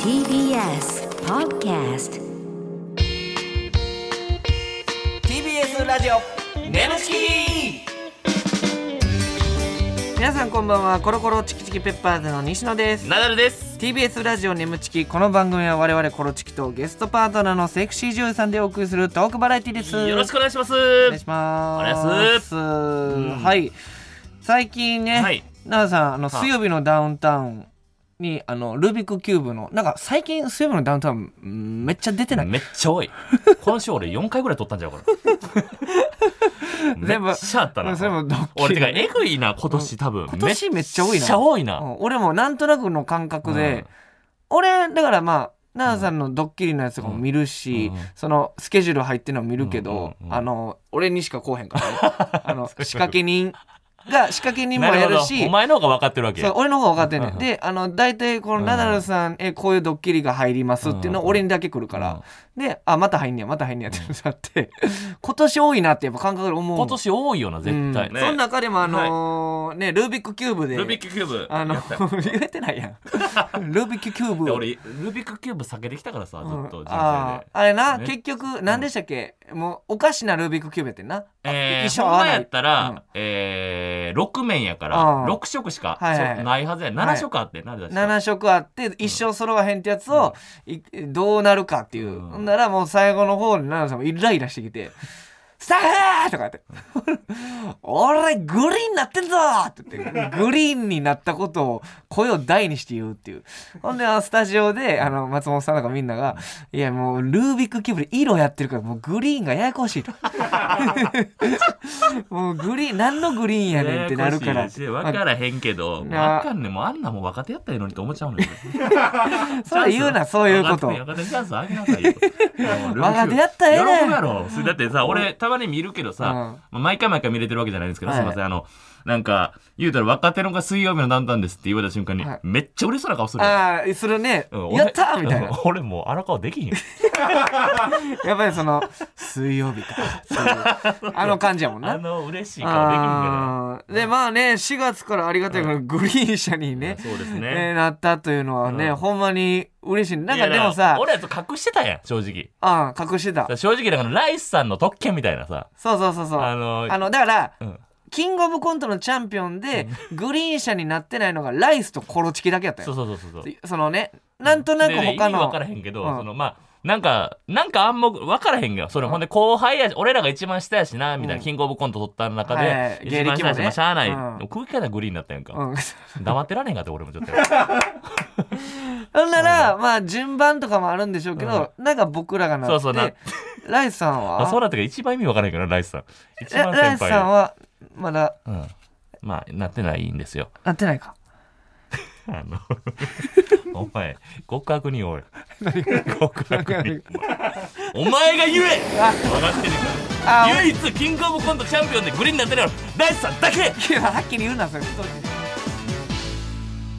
TBS Podcast TBS ラジオネムチキ皆さんこんばんはコロコロチキチキペッパーズの西野ですナダルです TBS ラジオネムチキこの番組は我々コロチキとゲストパートナーのセクシー女優さんでお送りするトークバラエティですよろしくお願いしますお願いしますお願いしますんはい最近ね、はい奈良さんあのは水曜日のダウンタウンにあのルービックキューブのなんか最近水曜日のダウンタウンうんめっちゃ出てないめっち ゃ多い今週俺4回ぐらい撮ったんじゃうこれ全部めっちゃあったうなんそれもドッキ俺リてかえぐいな今年多分今年めっちゃ多いなめっちゃ多いな、うん俺もなんとなくの感覚で、俺だからまあ奈良さんのドッキリのやつとかも見るし、うんうんそのスケジュール入ってるの見るけど、うんうんうんあの俺にしか来おへんから、 ね、あのういうこと仕掛け人が仕掛け人もなやるるほどしお前の方が分かってるわけそう俺の方が分かってんね、、うんうんんであの大体こうんうのんナダルさん、えこういうドッキリが入りますっていうのうんうん俺にだけ来るから、であまた入んねやまた入んねやってなって、今年多いなってやっぱ感覚で思う今年多いよな絶対、うんその中でもあのーねルービックキューブでルービックキューブあのやったよ 言えてないやんルービックキューブで俺ルービックキューブ避けてきたからさずっうんと人生あでー。あれな、ね結局何でしたっけ、もうおかしなルービックキューブやってんな、え一ー、緒合ほわんまないやったら、うんえー、6面やかうんら、6色しか、はいはいはいそうないはずや。7色あって、なるだし。 7色あって一生揃わへんってやつを、いどうなるかっていう、うんほんならもう最後の方に奈々さんもイライラしてきて「スタッフ!」とか って「俺グリーンになってんぞ!」って言ってグリーンになったことを声を大にして言うっていうほんであのスタジオであの松本さんとかみんなが「いやもうルービックキューブで色やってるからもうグリーンがややこしい」 と「もうグリーン何のグリーンやねん」ってなるかやらやこしいしわからへんけど、わなかんねん。もうあんなもん若手やったらいいのにと思っちゃうのよ。 それ言うなそういうこと若手若手チャンスあげなさいよ。 若手やったらええねん喜ぶやろ。それだってさ、俺、たまに見るけどうんさ、まあ毎回毎回見れてるわけじゃないんですけど、はいすいません、あの、なんか、言うたら若手の子が水曜日のダウンタウンですって言われた瞬間にはい、めっちゃ嬉しそうな顔するよ。ああするね、うんやったーみたい。俺なうん俺もう荒川できひん。やっぱりその水曜日か そういうあの感じやもんあなの、嬉しい顔できひんかあーら。でまあね4月からありがたいからグリーン車にねうんそうですえーね。なったというのはね、うんほんまに嬉しいなんかいやでもさ俺らと隠してたやん、正直。あー隠してただから正直、だからライスさんの特権みたいなさ。そうそうそうそうああのの、だからうんキングオブコントのチャンピオンで、グリーン車になってないのがライスとコロチキだけやったそようそうそうそうそう。そのねなんとなくでね他意味分の、からへんけど、うんそのまあなんかなんか暗黙分からへんよそれ、ほんで後輩やし俺らが一番下やしなみたいな、うんキングオブコント取った中はいはいで、芸一番歴下もねやし、まあしゃあない、うん空気感がグリーンになったやんか、うん黙ってられへんかって俺もちょっとほんなら、まあ、順番とかもあるんでしょうけど、なんか僕らがなって、そうそうなライスさんまあそうはなったけど一番意味分からへんけどなライスさん一ラ番ライス先さん輩は、まだ、うんまあなってないんですよなってないか。あの お前極悪におい極悪にお前が言えあ分かってるあか、ら唯一キングオブコントチャンピオンでグリーンになってるのはライスさんだけいやはっきり言うな、それ。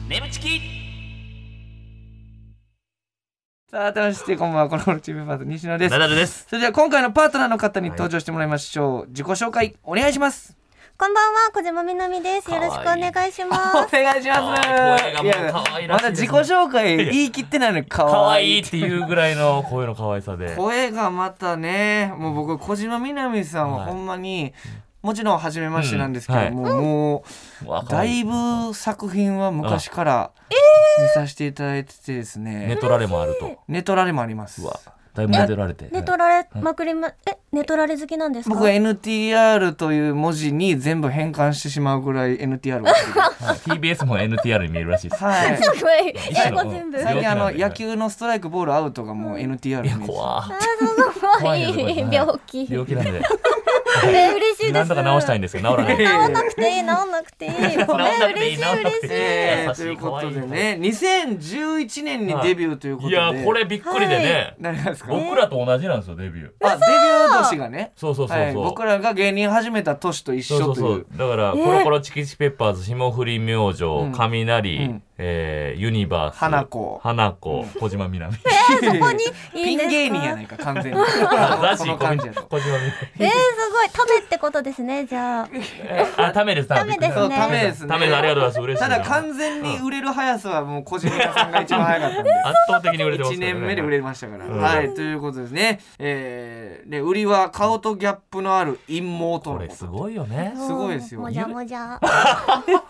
ネムチキさあ、楽しくて、こんばんは、この頃チームパート西野ですナ。ダルですそれでは、今回のパートナーの方に登場してもらいましょう。自己紹介、お願いします。こんばんは、小島みなみです。よろしくお願いしまお す。願いします。あー声がもう可愛らましだいですね自己紹介言い切ってないのに、か可わい愛いいっ。ていうぐらいの声の可愛さで。声がまたねもう僕小島みなみさんははいほんまに、もちろん初めましてなんですけども、もわう可だ愛いぶ作品は昔から見させていただいててです寝ね取られもあると。寝取られもありますうわ、だいぶ寝取られて。寝取られまくりま、え、寝取られ好きなんですか僕は NTR という文字に全部変換してしまうぐらい NTR を好きで はい TBS も NTR に見えるらしいです。はいすごい、一緒英語全部。うんあ最近あの病気なんだよ野球のストライクボールアウトがもう NTR いや、に怖ーそうすご怖い、よねこれはい病気。病気なん で。え、嬉しいです。なんとか治したいんでですけど、治らない。治治らんなくていい、治んなくていい。え、んなくてい嬉いしい、嬉しい。えー、優としいいうことで可ね2011年にデビューということいで、や、これびっくりでね。何ですか僕らと同じなんですよ、デビュー。あデビュー年がねそうそうそうはい、そう。僕らが芸人始めた年と一そうそ緒うといそううだから、コロコロチキチキペッパーズ霜降り明星、ん雷、うんえーユニバース花子花子小島みなみえそこにいピいんンですか芸人やないか完全 にザジそーの小感島じみやなとみえー、すごいためってことですねじゃあえあためですためですねびっくりしたためですねためありがとうございます嬉しいたなだ完全に売れる速さはもう小島さんが一番早かったんで圧倒的に売れてます1年目で売れましたから、うんはいということですねえー、で売りは顔とギャップのある陰謀とこのれことすごいよねすごいですよもじゃもじゃ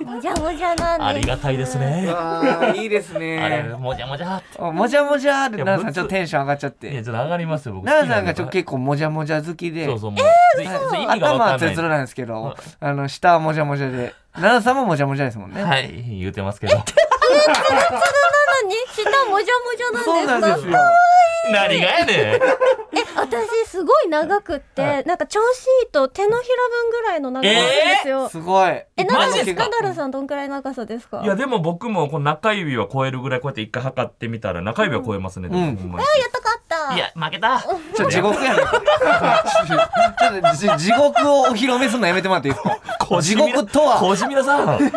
もじゃもじゃなん ですありがたいですねあーいいです あれねもじゃもじゃってあもじゃもじゃーっていや奈々さむんつちょっとテンション上がっちゃっいやてちょっと上がりますよ僕奈々さんがちょっと好き結構もじゃもじゃ好きなでのそうそうもう意はい味が頭わはかつるんないつるなんですけど、あの下はもじゃもじゃで奈々さんももじゃもじゃですもんね、はい言うてますけどなのに下もじそゃもうじゃななんんでですかすよ何がやねんえ私すごい長くって、はなんか調子いいと手のひら分ぐらいの長さなんですよ、すごいえなんマジっですナかダルさんどんくらい長さですかいやでも僕もこの中指は超えるぐらいこうやって一回測ってみたら中指は超えますね、でもうんほんまやにったかったいや負けたちょ地獄やねちょっと地獄をお披露目するのやめてもらっていいですか地獄とは小島さん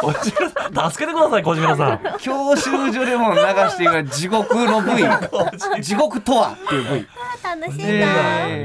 小 島さん助けてください小島さ ん教習所でも流している地獄の部 位地獄とはっていう部位楽しいな、ね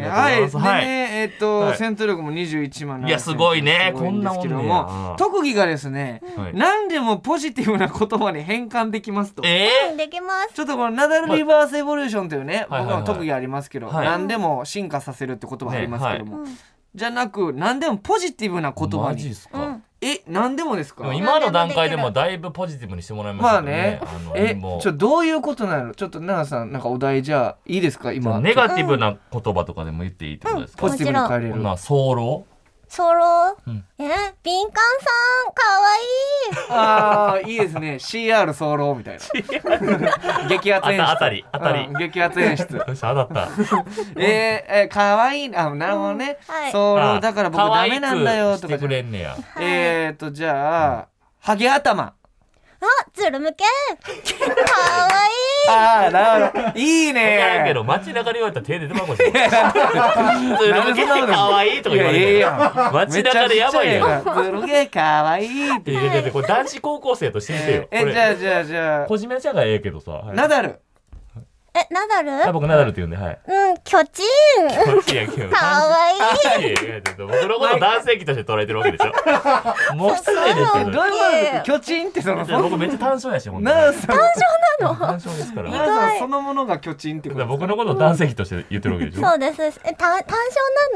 えはい、ありがとうございますはでいね、えっと、はい戦闘力も21万いやすごいねすごんですけどこんなもんねも特技がですね、はい何でもポジティブな言葉に変換できますと。えうんできますちょっとこのナダルリバースエボリューションというね、はいはいはい僕の特技ありますけど、はい何でも進化させるって言葉ありますけどねも、はいうんじゃなく何でもポジティブな言ー、葉マジっにすうか、んえ何でもですかでも今の段階でもだいぶポジティブにしてもらいましまあたねね。えもちょどういうことなのちょっと奈々さんなんかお題じゃあいいですか今ネガティブな言葉とかでも言っていいってことですかポ。ジティブに変えれこるんな早漏。ソロ、うんえ敏感さんかわいいあーいいです ね CR 早漏みたいな激アツ演出あたあたりあたりうん激アツ演 出よし当たった。えー、えー、かわいいなあなるほどねうんはい早あ漏ーだから僕ダメなんだよと可か愛くしてじくゃれんねや。えーとじゃあハゲ頭あつるむけかわいあーなるほどいい分からんけねど街中で言われたら手出てまうかもしれない。ズル向け可愛いとか言われいやいてやいや街中でやばいやん。んブロゲーかわいいっていやいやいやこれ男子高校生としてみてよ。えーこじゃれあじゃあじゃあ小島ちゃんがええけどさ。はいナダルえナダあル僕ナダルって言うんで はい。うん巨人こっちやけど。かわいいいやいやいやちょっと僕のこと男性器として捉えてるわけでしょ。もう失礼ですえどういけうど。ことですか巨人ってそのいや僕めっちゃ単勝やし、ほんとにナダルさん単勝ですから。ナダルさんそのものが巨人ってだこかとら僕のことを男性器として言ってるわけでしょ。そうですえた単勝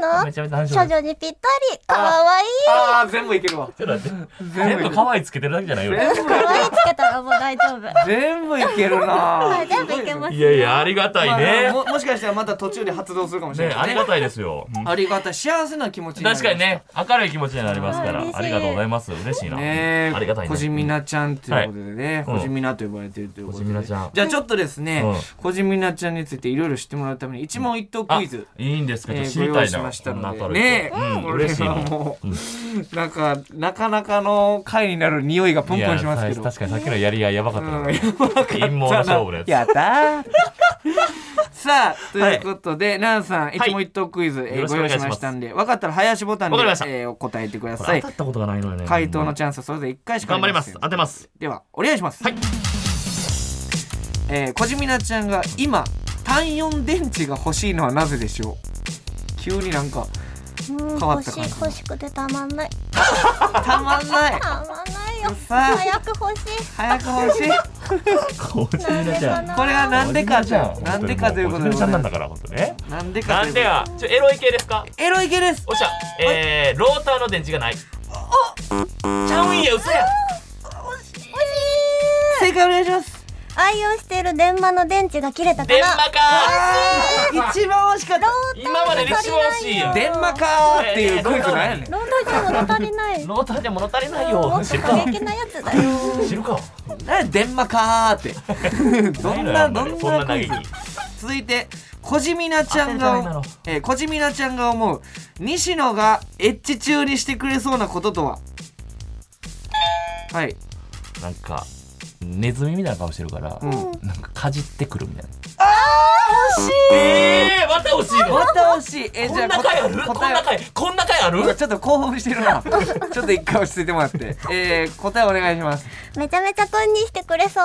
なめのちゃめちゃ単少勝です。女にぴったりかわいいああ全部いけるわちょっと待って全部可愛いつけてるだけじゃないよ。全部かわいいつけたらもう大丈夫全部いけるなはい全部いけますいやいやありがたいね。ももしかしたらまた途中で発動するかもしれねなあい、りがたいですよ。ありがたい幸せな気持ちになる確かにね明るい気持ちになりますからあ嬉しいありがとうございます嬉しいな。ねえありがたいね。小島なちゃんということでね、はい小島なと呼ばれてるということで、小島ちゃんじゃあちょっとですね、う小島なちゃんについていろいろ知ってもらうために一問一答あクイズ、いいんですけえどー知ごり用た意いしまな。したのでこんな明るいね子え、うん嬉しいこれはな。もう、なんかなかなかの回になる匂いがポンポンしますけいどや確かにさっきのやり合いやばかったうんな。陰謀の勝負のやつ。やった ーさあということで、ナンさん一問一答クイズ、えーよろしごくお用願意しいしますましたんで分かったら林ボタンで、わかりましたえーお答えてくだこされい当たったことがないのよね。回答のチャンスはそれぞれ1回しかあ頑張りませすん。当てます。ではお願いします、はいえー、小島なちゃんが今単四電池が欲しいのはなぜでしょう急になんかうん変わっ欲たしい感じ欲しくてたまんないたまん ないたまんないよさあ早く欲しい早く欲しい小なんで島ちゃかん。なこれはなんでかじゃん本当になんでかということでも小島ちゃんなんだから本当ね。なんでかなというこんとでや。ちょエロい系ですか。エロいけですおっしゃ、えー、ローターの電池がない。おちゃうんや、嘘や。正解お願いします愛用している電話の電池が切れたか電ら話か。一番惜しかった今までで一番欲しいやん。電話かーっていうクイズなんやねんローターじゃ物足りないローターじゃ物足りないもよ。っ知とるか過。激なやつだよ知るか。なんで電話かー ってどんなどんそんなな投クげイズに。続いて小島なちゃんが当てたな今のえー、小島なちゃんが思う西野がエッチ中にしてくれそうなこととははいなんか、ネズミみたいな顔してるから、うんなんかかじってくるみたいな。惜しえー、また惜しいいのまた惜しいえこんな回あるこんな答え回こんな回あるちょっと興奮してるなちょっと一回落ち着いてもら ってえー、答えお願いしますめちゃめちゃくんにしてくれそう。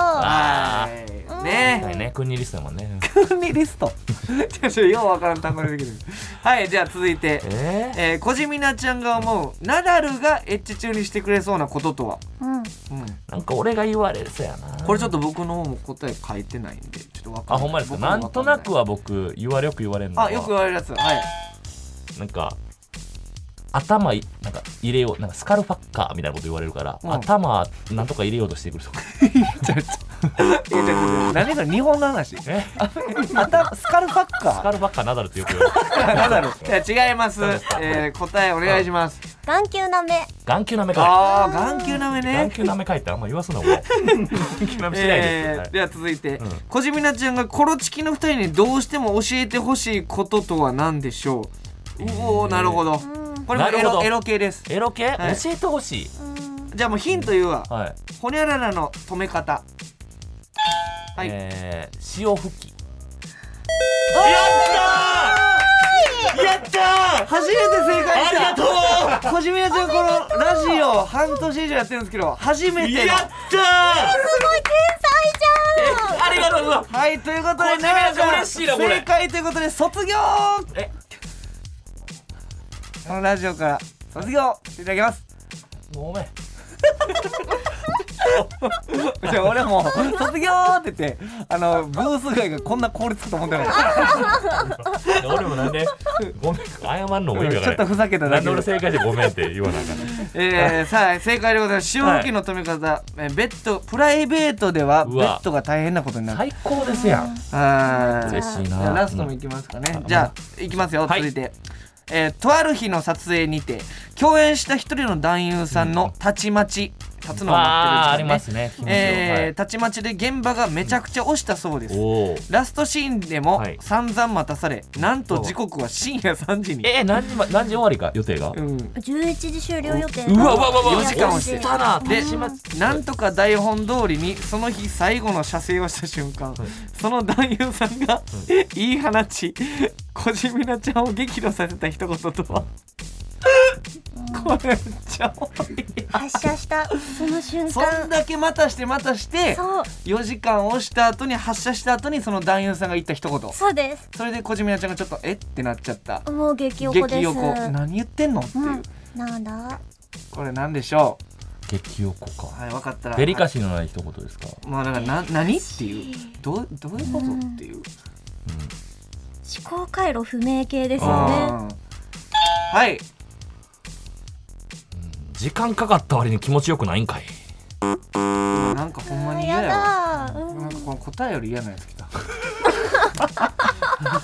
はあいーねね、国リストだも んね。え管理リストちょっとようわからん単語出てくるはいじゃあ続いてえー、えー、小島なちゃんが思うナダルがエッチ中にしてくれそうなこととは、うん。うん、なんか俺が言われそうやな。これちょっと僕の方も答え書いてないんでちょっとわかんないあ、ほんまですか。僕もわなんいんとなくは僕、言われよく言われるのは。あよく言われるやつはいなんか頭いなんか入れようなんかスカルファッカーみたいなこと言われるから、うん頭なんとか入れようとしてくるとかちょちょえちょちょ何それ日本の 話えまたスカルファッスカカルファッカーナダルってよく言われ るーなんだろういや違いますそうですか、えー、答えお願いします眼球なめ。眼球なめかあー眼球なめい眼ね球なめかいってあんま言わすな俺眼球なめしないですよ、えはいー、では続いて、うん小島なちゃんがコロチキの二人にどうしても教えてほしいこととは何でしょううおーなるほどうん。これもなエるほロどエロ系ですエロ系、はい教えてほしいうん。じゃあもうヒント言うわはい、ほにゃららの止め方はいえー、潮吹きやったーやったー初めて正解あしりたがと小島ちゃんこのラジオ半年以上やってるんですけど初めうてのやったーすごい天才じゃん。ありがとうございますはいということ小で島奈々嬉しいなこれ正解ということで卒業えこのラジオから卒業していただきますごめんじゃあ俺もう卒業って言ってあのブース外がこんな効率かと思ってない俺もなんでごめん謝んのも意味がちょなっいとふざけただなんけでで俺正解でごめんって言わなあかんのえー、さあ正解でございます潮吹きの止め方、えーベッドプライベートではベうわッドが大変なことになる最高ですやんはい嬉しいじゃあなラストもいきますかね、んじゃあいきますよはい続いて、えーとある日の撮影にて共演した一人の男優さんのたちまち立つのをあ待っーあてりるまですすね気持ちをえーはいたちまちで現場がめちゃくちゃ押したそうです、おおラストシーンでもはい散々待たされ、なんと時刻は深夜3時に、えー何時ま何時終わりか予定がうん、 11時終了予定うわうわうわうわ4時間押して押したなで立ちまちなんとか台本通りにその日最後の射精をした瞬間、その男優さんが、言い放ち小島なちゃんを激怒させた一言とは、これめっちゃ多い発射したその瞬そん間だけ待たして待たしてそう4時間押した後に発射した後にその男優さんが言った一言そうですそれで小島なちゃんがちょっとえってなっちゃったもう激横です激横何言ってんのっていう、うんなんだこれ何でしょ激横うかはい分かったらデリカシーのない一言ですかまあだからな何っていうどうどういうことっていう、思考回路不明系ですよねあーはい時間かかった割に気持ちよくないんかいなんかほんまに嫌ややわだーうんなんかこの答えより嫌なやつ来た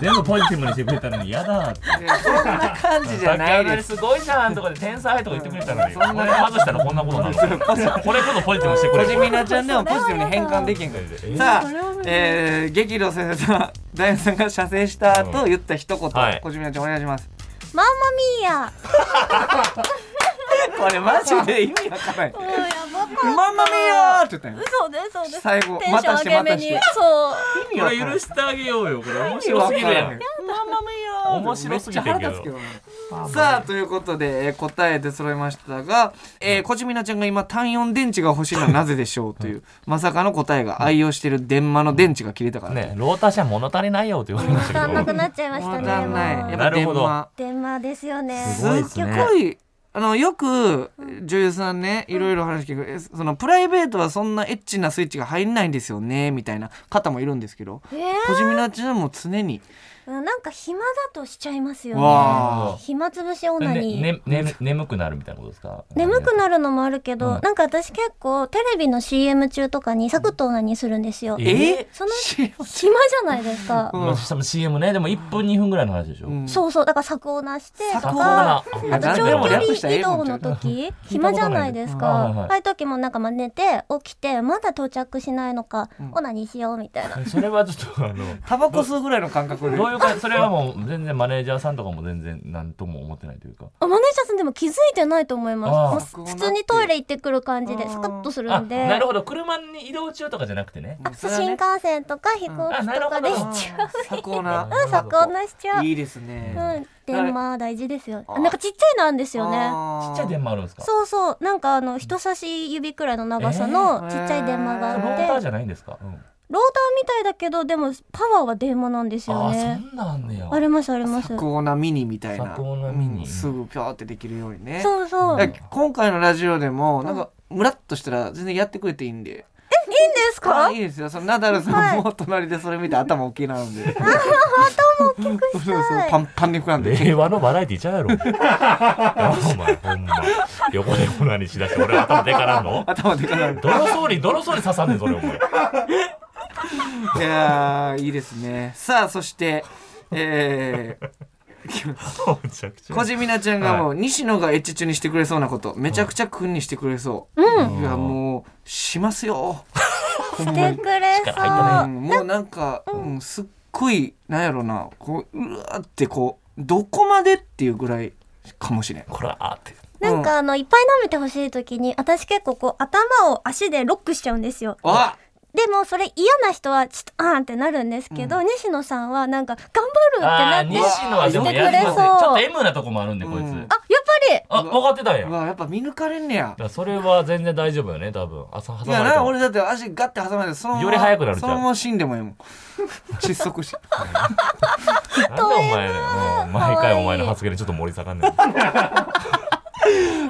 全部ポジティブにしてくれたのに嫌だってそんな感じじゃないですすごいじゃんとかで天才とか言ってくれたのにそんなこれ外したらこんなことなのこれこそポジティブにしてく小れる島なちゃんでもポジティブに変換できへんからさあ、えー、激怒させた大さんが射精した後言った一言、はい小島なちゃんお願いしますマンマこれマジで意味わかんないミーヤもうやばかっ「たマンマミーって言ったんよ嘘ですそうです最後テンション上げめ待たしてに待たしそうこれ許してあげようよこれ面意味白わすかぎるやらへんん面白すぎてんけどめっちゃ腹立つけどなさあということで、えー答え出揃いましたが、えー、小島なちゃんが今単4電池が欲しいのはなぜでしょうという、まさかの答えが愛用してる電話の電池が切れたから、ねローター車物足りないよって言われまし時た間けなどくなっちゃいました物ね足らないやっもぱなる電ほど話う電話ですよねすごいですすっねごいあのよく女優さんねいろいろ話聞く、えそのプライベートはそんなエッチなスイッチが入んないんですよねみたいな方もいるんですけどえ小島なちゃんも常にーなんか暇だとしちゃいますよわねあ暇つぶしオナねニーねね眠くなるみたいなことですか眠くなるのもあるけど、うんなんか私結構テレビの CM 中とかにサクッとオナニーするんですよ。ええそのし暇じゃないですか。まあその CM ねでも1分2分ぐらいの話でしょうんそうそうだからサクオナしてとサクオかナ魚あと長距離何でも略したゃええ移動もんちゃのう時暇じゃないですか、うんはいはいああいう時もなんかまあ寝て起きてまだ到着しないのか、うんオナニーしようみたいなそれはちょっとあのタバコ吸うぐらいの感覚でどういうかそれはもう全然マネージャーさんとかも全然何とも思ってないというかあマネージャーさんでも気づいてないと思いますああもう普通にトイレ行ってくる感じでああスカッとするあんでなるほど車に移動中とかじゃなくてねあそう新幹線とか飛行機とかでしちゃうサコナうん作魚をなしちゃういいですねうん電話大事ですよああなんかちっちゃいのあるんですよねちちっちゃい電話あるんですかそうそうなんかあの人差し指くらいの長さのちっちゃい電話があロっえて、ーターじゃないんですか、うんローターみたいだけどでもパワーは電話なんですよあねそんなんあんねやありますありますサコナミニみたいなサコナミうニんすぐピョーってできるようにねそうそうだから今回のラジオでもなんかムラっとしたら全然やってくれていいんでいいんですかあいいですよそのナダルさんも隣でそれ見て頭大きいなんで頭大きくしたそうそうパンパンに膨らんで令和のバラエティちゃうやろなあお前ほんま横でオナにしだして俺頭でからんの頭でかなんで泥そうに泥そうに刺さんねんそれお前いやーいいですねさあそしてえー、むちゃくちゃ小島なちゃんがもう、西野がエッチ中にしてくれそうなことめちゃくちゃ君にしてくれそう、いやもうします よほんましてにくれそう力入うんもうなんか、うん、すっごいなんやろなこううわーってこうどこまでっていうぐらいかもしれんこらーってなんかあのいっぱい舐めてほしい時に私結構こう頭を足でロックしちゃうんですよあでもそれ嫌な人はちょっとあーんってなるんですけど、西野さんはなんか頑張あるーってなって西野はでもやりますねしてくれそうちょっと M なとこもあるんでこいつ、うんあやっぱあ分かってたんやうだかわやっぱ見抜かれんねやらそれは全然大丈夫よね多分朝挟いまれやてなも俺だって足ガッて挟まれてそのままより速くなるじそゃんのまま死んでもええもん窒息してなんでお前ねうん毎回お前の発言でちょっと盛り下がんねん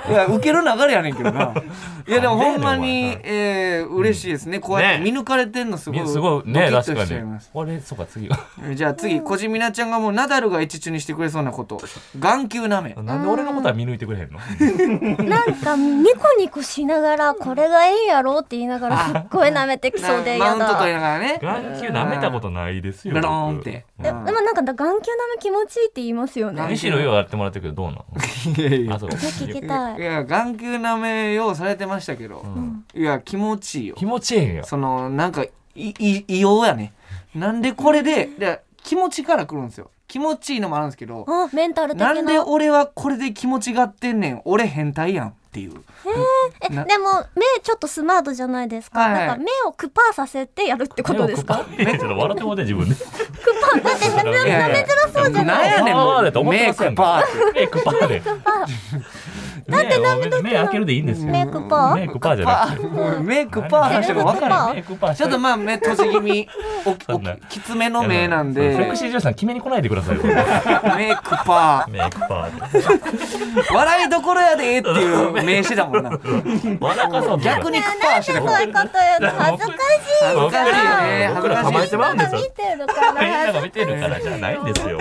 いや受ける流れやねんけど ないやでもほんまなんでにやねんお前、えー、嬉しいですねこうやって見抜かれてんのすごいみすごいねドキ確ッかとしちゃいにます俺そうか次はじゃあ次小島なちゃんがもうナダルが一中にしてくれそうなこと眼球なめなんで俺のことは見抜いてくれ へんのりなんかニコニコしながらこれがええやろって言いながらすっごい舐めてきそうなでマやウント取りだながらね眼球舐めたことないですよブローン僕ってうんででもなんか眼球舐め気持ちいいって言いますよなね西野ようやってもらってるけどどうなのいやいやあそう聞きたいいや眼球なめようされてましたけど、うんいや気持ちいいよ気持ちいいんやそのなんかいい異様やねなんでこれでで気持ちからくるんですよ気持ちいいのもあるんですけどあメンタル的ななんで俺はこれで気持ちがってんねん俺変態やんっていうえでなも目ちょっとスマートじゃないですか、はいはいなんか目をクパーさせてやるってことですかいやちょっと笑ってもうて自分でクパーだって舐めいやい舐やめづらそうじゃないなんやねんもうパーでと思ってますやんメイクパーメイクパー でだって目開けるでいいんですよメイクパーメイクパーじゃなくてもうメイクパー話しても分かーらへんメイクパーちょっとまあ目閉じ気味おきそんなおききつめの目なんで セクシー女優さん決めに来ないでください よメメイクパイクパーー笑いどころやでっていう名刺だもん なで笑かそう逆にクパーしてたそういうこと言うの恥ずかしい恥ずかしいね恥僕ずら構かえしていまうんですよ見てるからみんな恥ずが見てるからじゃないんですよ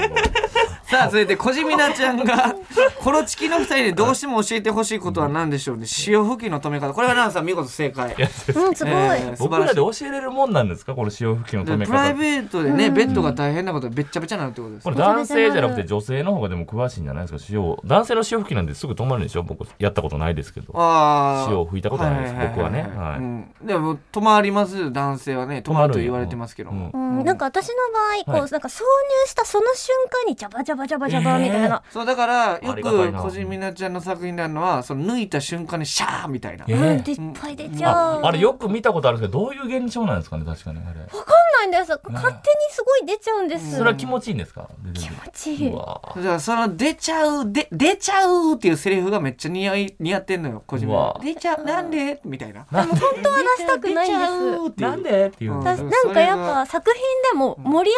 さあ続いて小島なちゃんがコロチキの二人でどうしても教えてほしいことは何でしょうね潮吹きの止め方これは奈々さん見事正解うんすごい、えー素僕晴ららしいで教えれるもんなんですかこの潮吹きの止めプライ方ベートでね、ベッドが大変なことでべっちゃべちゃになるってことですこれ男性じゃなくて女性の方がでも詳しいんじゃないですか潮男性の潮吹きなんてすぐ止まるでしょ僕やったことないですけどあー潮を吹いたことないです僕はねいいいはいうんでも止まりますよ男性はね止まると言われてますけども、ううん、なんか私の場合こう、はいなんか挿入したその瞬間にジャバジャバジャバジャバみたいな、そうだからよあくりがたいな小島なちゃんの作品であるのはその抜いた瞬間にシャーみたいなえーうんでいっぱい出ちゃあうあれよく見たことあるんですけどどういう現象なんですかね確かにあれわかんないんです勝手にすごい出ちゃうんですそれは気持ちいいんですか気持ちいいうわーだからその出ちゃうで出ちゃうっていうセリフがめっちゃ似合い似合ってんのよ小う島わ出ちゃうなんでみたいななんで本当は出したくないんです出ちゃうんな っていうでっていううんだなんかやっぱ作品でも盛り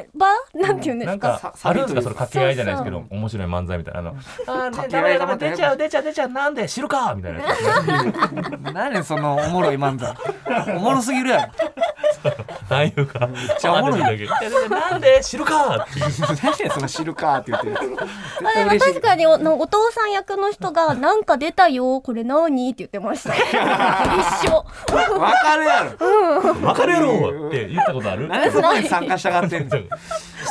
上げ場、なんていうんですなんかかさあるんですかそさびというかの掛け合いじゃないですけそど面白い漫才みたいなあの「あー掛ねけダ合いメがダまメたやっぱ出ちゃう出ちゃう出ちゃうなんで知るか!」みたいなやつ何やねんそのおもろい漫才おもろすぎるやろああいう かめっちゃおもろいけどいやだってなんで知るか!」っていう何やねんその知るかって言ってるやあつで絶対も嬉しい確かにおのお父さん役の人が「なんか出たよこれ何?」って言ってま した一緒わかるやろ 「分かるやろ!」って言ったことある何でそこに参加したがってんのそう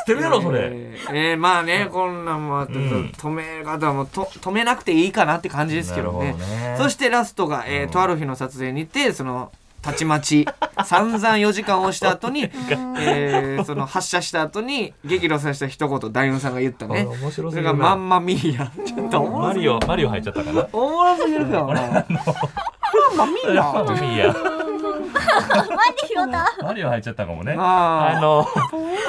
ってるやろそれ、えーえーまあねこんなんもあって、うん止め方もと止めなくていいかなって感じですけどねなるほどねそしてラストが、えーとある日の撮影にてそのたちま ち散々4時間をした後に、えーその発射した後に激怒させた一言大音さんが言ったねこれ面白すぎるなそれが「まんまミーや」ちょっとおもろマすぎリオマリオ入っちゃったかなおもろすぎる からな「まんまミーや」マリオリオだ。マリオ入っちゃったかもねあーあ のこ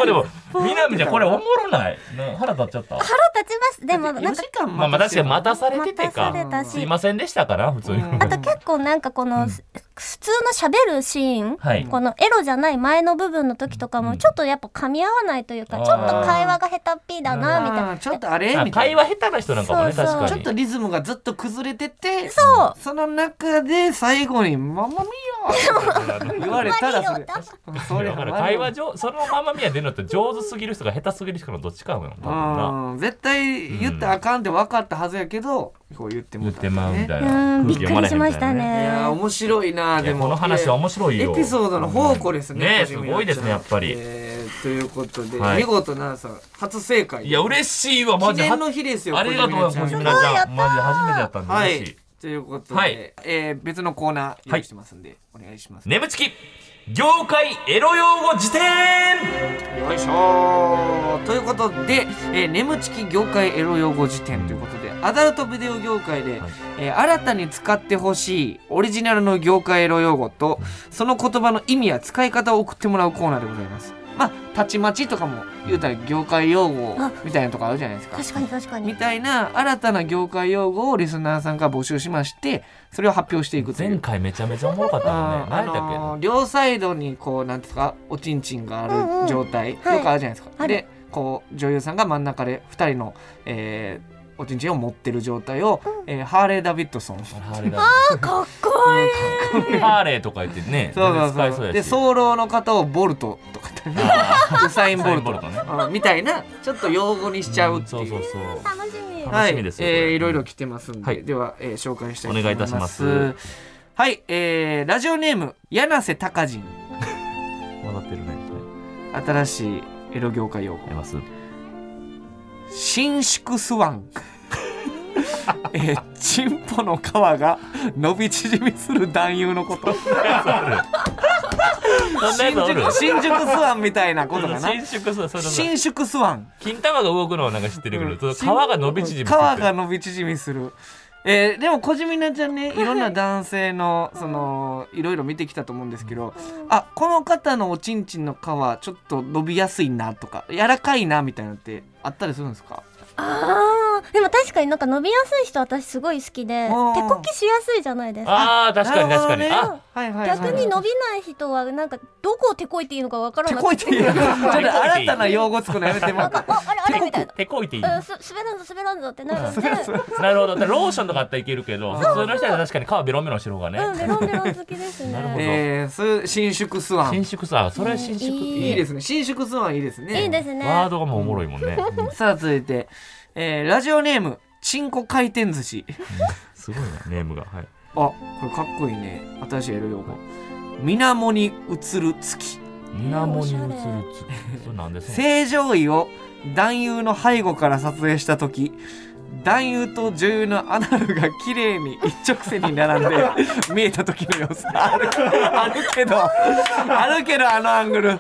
れでもみなみちゃんこれおもろないな腹立っちゃった腹立ちます。でもな4んか時間まあま待あた確せかるに待たされて待てたさかれたすいし。ませんでしたかな普通に、うんあと結構なんかこの、す普通の喋るシーン、 はいこのエロじゃない前の部分の時とかうんもちょっとやっぱ噛み合わないというか、あーちょっと会話が下手っぴだなみたいあなーちょっとあれあみたい会な話下手な人なんかもねそうそう確かにちょっとリズムがずっと崩れててそうその中で最後に「ママミーよ!」言われたらそ れマそれだから会話上そのままみや出るのって上手すぎる人が下手すぎる人のどっちかやもん多分なうん絶対言ったらあかんって分かったはずやけど、こう言っても言うったてまうみたいなうん空びっ気く読りまれへしんみまたしいなたねいやーね面白いなーいでやもこの話は面白いエよピソードの宝庫ですね,、ねえすごいですねやっぱりえーということで、はい見事なあさん初正解いや嬉しいわマ記ジで念の日ですよありがとう小小島島ちちゃんゃんマジで初めてやったんでは嬉しいいということで、はいえー別のコーナー用意してますんで、お願いします眠ちき業界エロ用語辞典よいしょーということで、えー眠ちき業界エロ用語辞典ということで、アダルトビデオ業界で、はいえー新たに使ってほしいオリジナルの業界エロ用語と、その言葉の意味や使い方を送ってもらうコーナーでございます。まあ、たちまちとかも、言うたら業界用語あみたいなとこあるじゃないですか。確かに確かにみたいな新たな業界用語をリスナーさんから募集しまして、それを発表していくという前回めちゃめちゃおもろかったもんねあ何だっけ、のー両サイドにこうなんていうんですかおちんちんうがんうあるん状態、はいよくあるじゃないですか。あるでこう女優さんが真ん中で2人の、えーおちんちんを持ってる状態を、えーハーレー・ダビッドソン。ハーレーだあかっこいいハーレーとか言ってねそうそう全然使えそうそうやしで早漏の方をボルトとかって ねあウサイン・ボルトウサインボルトうんみたいなちょっと用語にしちゃうっーてそういそうう。そう楽しみ楽しみですよはい、こえーれいろいろ来てますんで、はいでは、えー紹介したいと思います。お願いいたしますはい、えーラジオネーム柳瀬隆人、笑ってるねは新しいエロ業界用語い。あります伸縮スワン えー、チンポの皮が伸び縮みする男優のことそんなやつおる新宿スワンみたいなことかな伸縮そうそうそう伸縮スワン金玉が動くのはなんか知ってるけど、うんその皮が伸び縮み皮するってが伸び縮みするえーでも小島なちゃんねいろんな男性のそのいろいろ見てきたと思うんですけどあこの方のおちんちんの皮ちょっと伸びやすいなとか柔らかいなみたいなのってあったりするんですかあーでも確かになんか伸びやすい人私すごい好きで手うんこきしやすいじゃないですかああ確かになるほ確どかに、ねあはいはいはい逆に伸びない人はなんかどこを手こいていいのかわから手なこくいてていいちょっと新た な用語つくのやめてもらなっんかああれあれみたいな手こいていい、うんす滑らんぞ滑らんぞってなるんでなるほどだからローションとかあったらいけるけど普通の人は確かに皮ベロンベロンしてる方がね、うんベロンベロン好きですなるほねどえー、そういう伸縮スワン。伸縮さそれは伸縮、うんいいですすね。伸縮スワンいいですね。いいですねワードがもうおもろいもんね、うんさあ続いて、えー、ラジオネームチンコ回転寿司。すごいなネームがはいあ、これかっこいいね。新しいエロ用語。水面に映る月。水面に映るおしゃれつそれなんでそん正常位を男優の背後から撮影した時男優と女優のアナルが綺麗に一直線に並 んで見えた時の様子あるあるけどあるけどあのアングル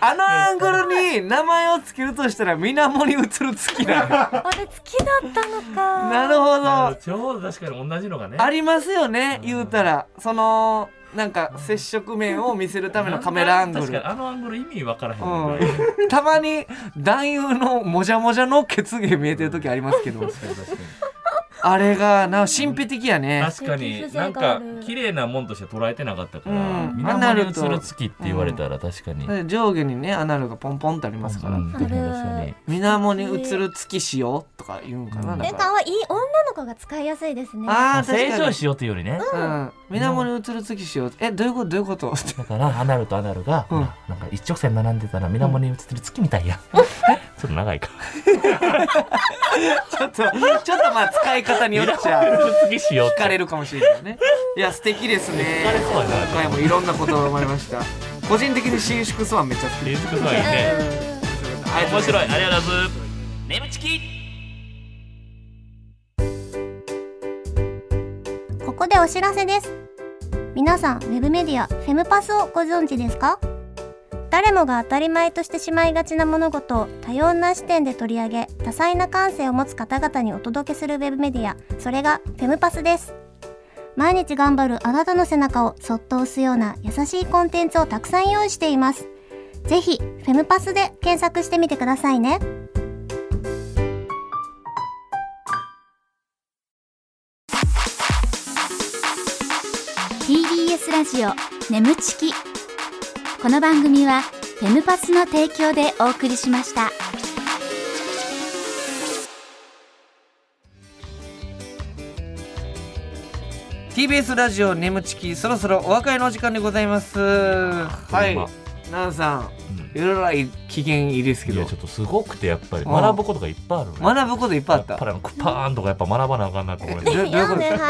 あのアングルに名前をつけるとしたら水面に映る月だよあれ好きだったのかなるほどちょうど確かに同じのがねありますよね言うたらそのなんか接触面を見せるためのカメラアング確かにルあのアングル意味わからへんうもんんね、たまに男優のもじゃもじゃの血芸見えてる時ありますけど確かに確かにあれがな神秘的やね。確かに風な情んがあかる綺麗なもんとして捉えてなかったから、うん水面に映る月って言われたら確かに、だって上下にねアナルがポンポンってありますから、うん確かに確かに水面に映る月しようとか言うんかな。うんだえかからわいい女の子が使いやすいですねあまああ確正か常に。しようというよりね、うん、水面に映る月しようえどういうことどういうこと だからアナルとアナルが、うんほらなんか一直線並んでたら水面に映ってる月みたいや、 ちょっと長い かちょっとちょっとまあ使い方によっち 映ゃる月しようっ惹かてれるかもしれないねいや素敵ですね惹かれそうやな今回もいろんなことが生まれました個人的に伸縮スワンめっちゃ好きレでイすズクさんいいねうんそれが面白いありがとうございます眠ちきここでお知らせです皆さんウェブメディアフェムパスをご存知ですか誰もが当たり前としてしまいがちな物事を多様な視点で取り上げ多彩な感性を持つ方々にお届けするウェブメディアそれがフェムパスです毎日頑張るあなたの背中をそっと押すような優しいコンテンツをたくさん用意していますぜひフェムパスで検索してみてくださいねラジオ眠ちきこの番組はフェムパスの提供でお送りしましたす TBS ラジオ眠ちきそろそろお別れのお時間でございますはいほんま奈々さうんんいろいろ機嫌いいですけいどやちょっとすごくてやっぱりうん学ぶことがいっぱいあるね学ぶこといっぱいあっやたっぱりあのクパーンとかやっぱ学ばなあかんなと思いまどすどういうこと恥ずか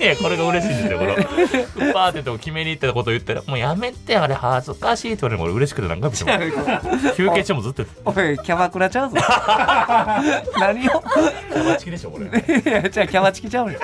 いやこれが嬉しいんですよこのクパーンってとこ決めに行ったこと言ったらもうやめてあれ恥ずかしいって言われるのが俺嬉しくて何回も言ってます休憩中もずっとやっておいキャバクラちゃうぞ 何を た友達でしょこれいやじゃあキャバチキちゃう ねん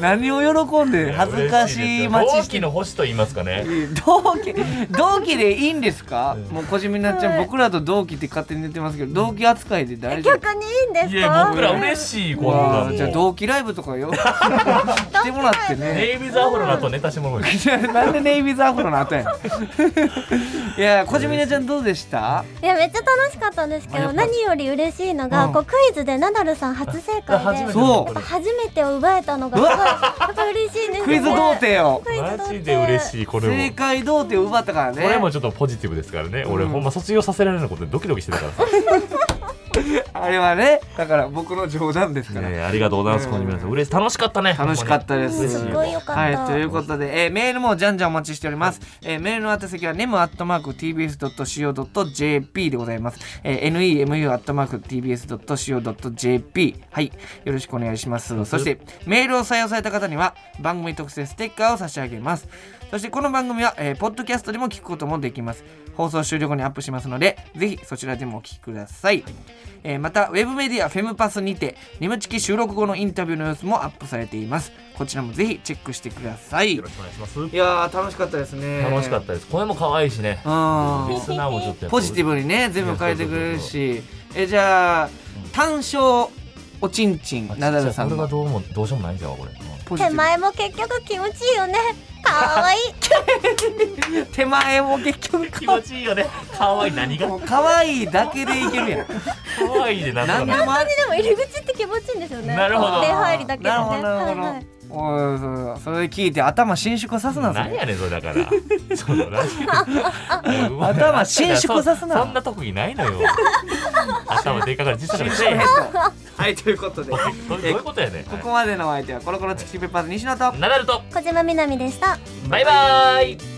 何を喜んで恥ずかしい待ち同して期の星と言いますかね同期同期でいいんですかうんもう小島なっちゃん僕らと同期って勝手に言ってますけど同期扱いで大丈夫逆にいいんですいかや僕ら嬉しいこんなわもあうじゃあ同期ライブとかよ 来てもらってねネイビーズアフロの後ネタしてもらおうよいやなんでネイビーズアフロの後やんいや小島なちゃんどうでしたいやめっちゃ楽しかったんですけあやっどぱ何より嬉しいのが、うんこうクイズでナダルさん初正解初でめてそうのやこっとぱで初めてを奪えたのがすごいやっぱ嬉しいんですよねクイズ童貞をクイズ童貞マジで嬉しいこれも正解童貞を奪ったからねこれもちょっとポジティブですからね、俺うんほんま卒業させられることでドキドキしてたから さあれはねだから僕の冗談ですいからやいやありがとうございますう小ん島さん嬉しい楽しかったね楽しかったですほんまにすごいよかった、はい、ということで、えーメールもじゃんじゃんお待ちしております。えーメールの宛先は nemu.tbs.co.jp でございます。えー nemu.tbs.co.jp。はい、よろしくお願いします。そして、メールを採用された方には、番組特製ステッカーを差し上げます。そして、この番組は、えーポッドキャストでも聞くこともできます。放送終了後にアップしますので、ぜひそちらでもお聞きください。えーまた、ウェブメディアフェムパスにて、ネムチキ収録後のインタビューの様子もアップされています。こちらもぜひチェックしてください。いよろしくお願いしますやー、楽しかったですね。楽しかったです声も可愛いしねたリスナーもちょっとやっぱポジティブにね、全部変えてくれるし。え、じゃあ、単勝、おちんちん、あナダルさんちっちゃの。い俺がどうもどうしようもないんじゃんこれうんポジテ手ィ前も結局気持ちいいよね可 愛いいブ。手前も結局、気持ちいいよね可愛い何がもう可愛いだけでいけるやん。可愛いでなん何とでかなもあり。でも入り口って気持ちいいんですよねなるほど手入りだけでねなるほど、なるほど。はいはいおいそうそれ聞いて頭伸縮さすなそ何れやねんそれだ からそのラジオ頭伸縮さすなそんな特技ないのよ頭でっかから実際にせえ へんはいということでどういうことやねんここまでのお相手はコロコロチキチキペッパーズ西野とナダルと小島みなみでしたバイバーイ